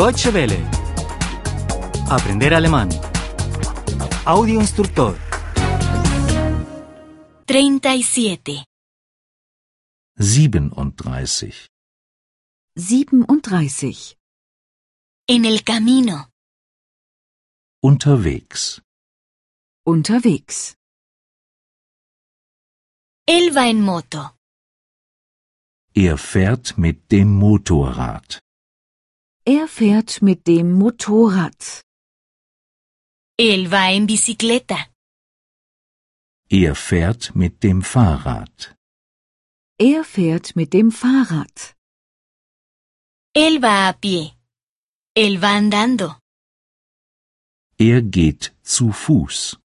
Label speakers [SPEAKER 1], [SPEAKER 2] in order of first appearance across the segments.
[SPEAKER 1] Deutsche Welle. Aprender alemán. Audio instructor.
[SPEAKER 2] 37.
[SPEAKER 3] 37.
[SPEAKER 4] 37.
[SPEAKER 2] En el camino.
[SPEAKER 3] Unterwegs.
[SPEAKER 4] Unterwegs.
[SPEAKER 2] Él va en moto.
[SPEAKER 3] Er fährt mit dem Motorrad.
[SPEAKER 4] Er fährt mit dem Motorrad.
[SPEAKER 2] Él va en bicicleta.
[SPEAKER 3] Er fährt mit dem Fahrrad.
[SPEAKER 4] Er fährt mit dem Fahrrad.
[SPEAKER 2] Él va a pie. Él va andando.
[SPEAKER 3] Er geht zu Fuß.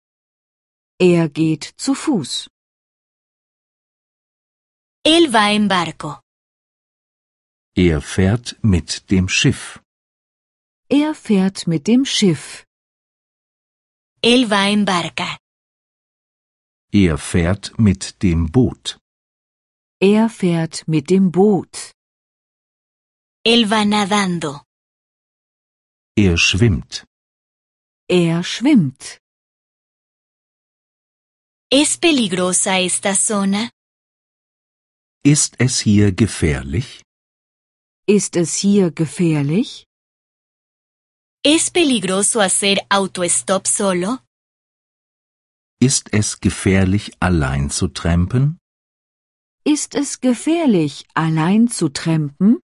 [SPEAKER 4] Er geht zu Fuß.
[SPEAKER 2] Él va en barco.
[SPEAKER 3] Er fährt mit dem Schiff.
[SPEAKER 4] Er fährt mit dem Schiff.
[SPEAKER 2] Él va en barca.
[SPEAKER 3] Er fährt mit dem Boot.
[SPEAKER 4] Er fährt mit dem Boot.
[SPEAKER 2] Él va nadando.
[SPEAKER 3] Er schwimmt.
[SPEAKER 4] Er schwimmt.
[SPEAKER 2] ¿Es peligrosa esta zona?
[SPEAKER 3] Ist es hier gefährlich?
[SPEAKER 4] Ist es hier gefährlich?
[SPEAKER 2] ¿Es peligroso hacer autostop solo?
[SPEAKER 3] Ist es gefährlich, allein zu trampen?
[SPEAKER 4] Ist es gefährlich, allein zu trampen?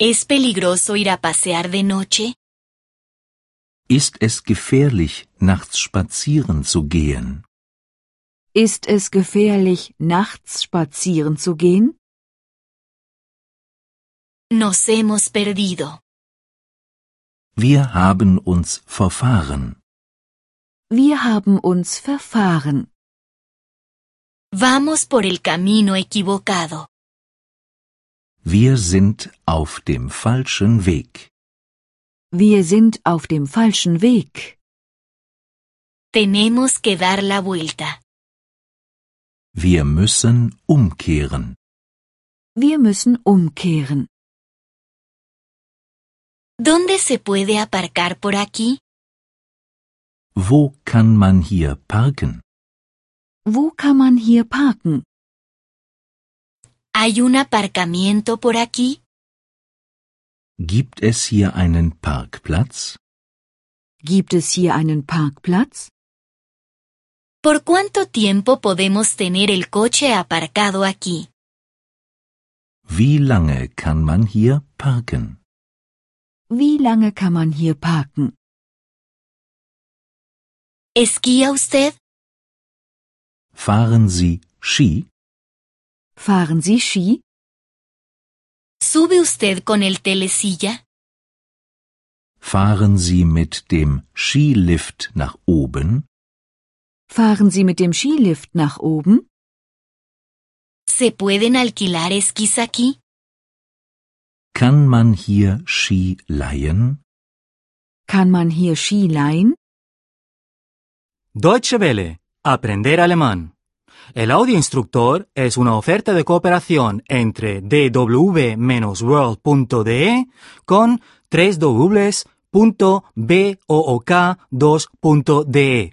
[SPEAKER 2] ¿Es peligroso ir a pasear de noche?
[SPEAKER 3] Ist es gefährlich, nachts spazieren zu gehen?
[SPEAKER 4] Ist es gefährlich, nachts spazieren zu gehen?
[SPEAKER 2] Nos hemos perdido.
[SPEAKER 3] Wir haben uns verfahren.
[SPEAKER 4] Wir haben uns verfahren.
[SPEAKER 2] Vamos por el camino equivocado.
[SPEAKER 3] Wir sind auf dem falschen Weg.
[SPEAKER 4] Wir sind auf dem falschen Weg.
[SPEAKER 2] Tenemos que dar la vuelta.
[SPEAKER 3] Wir müssen umkehren.
[SPEAKER 4] Wir müssen umkehren.
[SPEAKER 2] ¿Dónde se puede aparcar por aquí?
[SPEAKER 3] Wo kann man hier parken?
[SPEAKER 4] Wo kann man hier parken?
[SPEAKER 2] ¿Hay un aparcamiento por aquí?
[SPEAKER 3] Gibt es hier einen Parkplatz?
[SPEAKER 4] Gibt es hier einen Parkplatz?
[SPEAKER 2] ¿Por cuánto tiempo podemos tener el coche aparcado aquí?
[SPEAKER 3] Wie lange kann man hier parken?
[SPEAKER 4] Wie lange kann man hier parken?
[SPEAKER 2] ¿Esquía usted?
[SPEAKER 3] Fahren Sie Ski?
[SPEAKER 4] Fahren Sie Ski?
[SPEAKER 2] ¿Sube usted con el telesilla?
[SPEAKER 3] Fahren Sie mit dem Skilift nach oben?
[SPEAKER 4] Fahren Sie mit dem Skilift nach oben?
[SPEAKER 2] ¿Se pueden alquilar esquís aquí?
[SPEAKER 3] Kann man hier Ski leihen?
[SPEAKER 4] Kann man hier Ski leihen?
[SPEAKER 1] Deutsche Welle. Aprender alemán. El audio instructor es una oferta de cooperación entre dw-world.de con 3 2de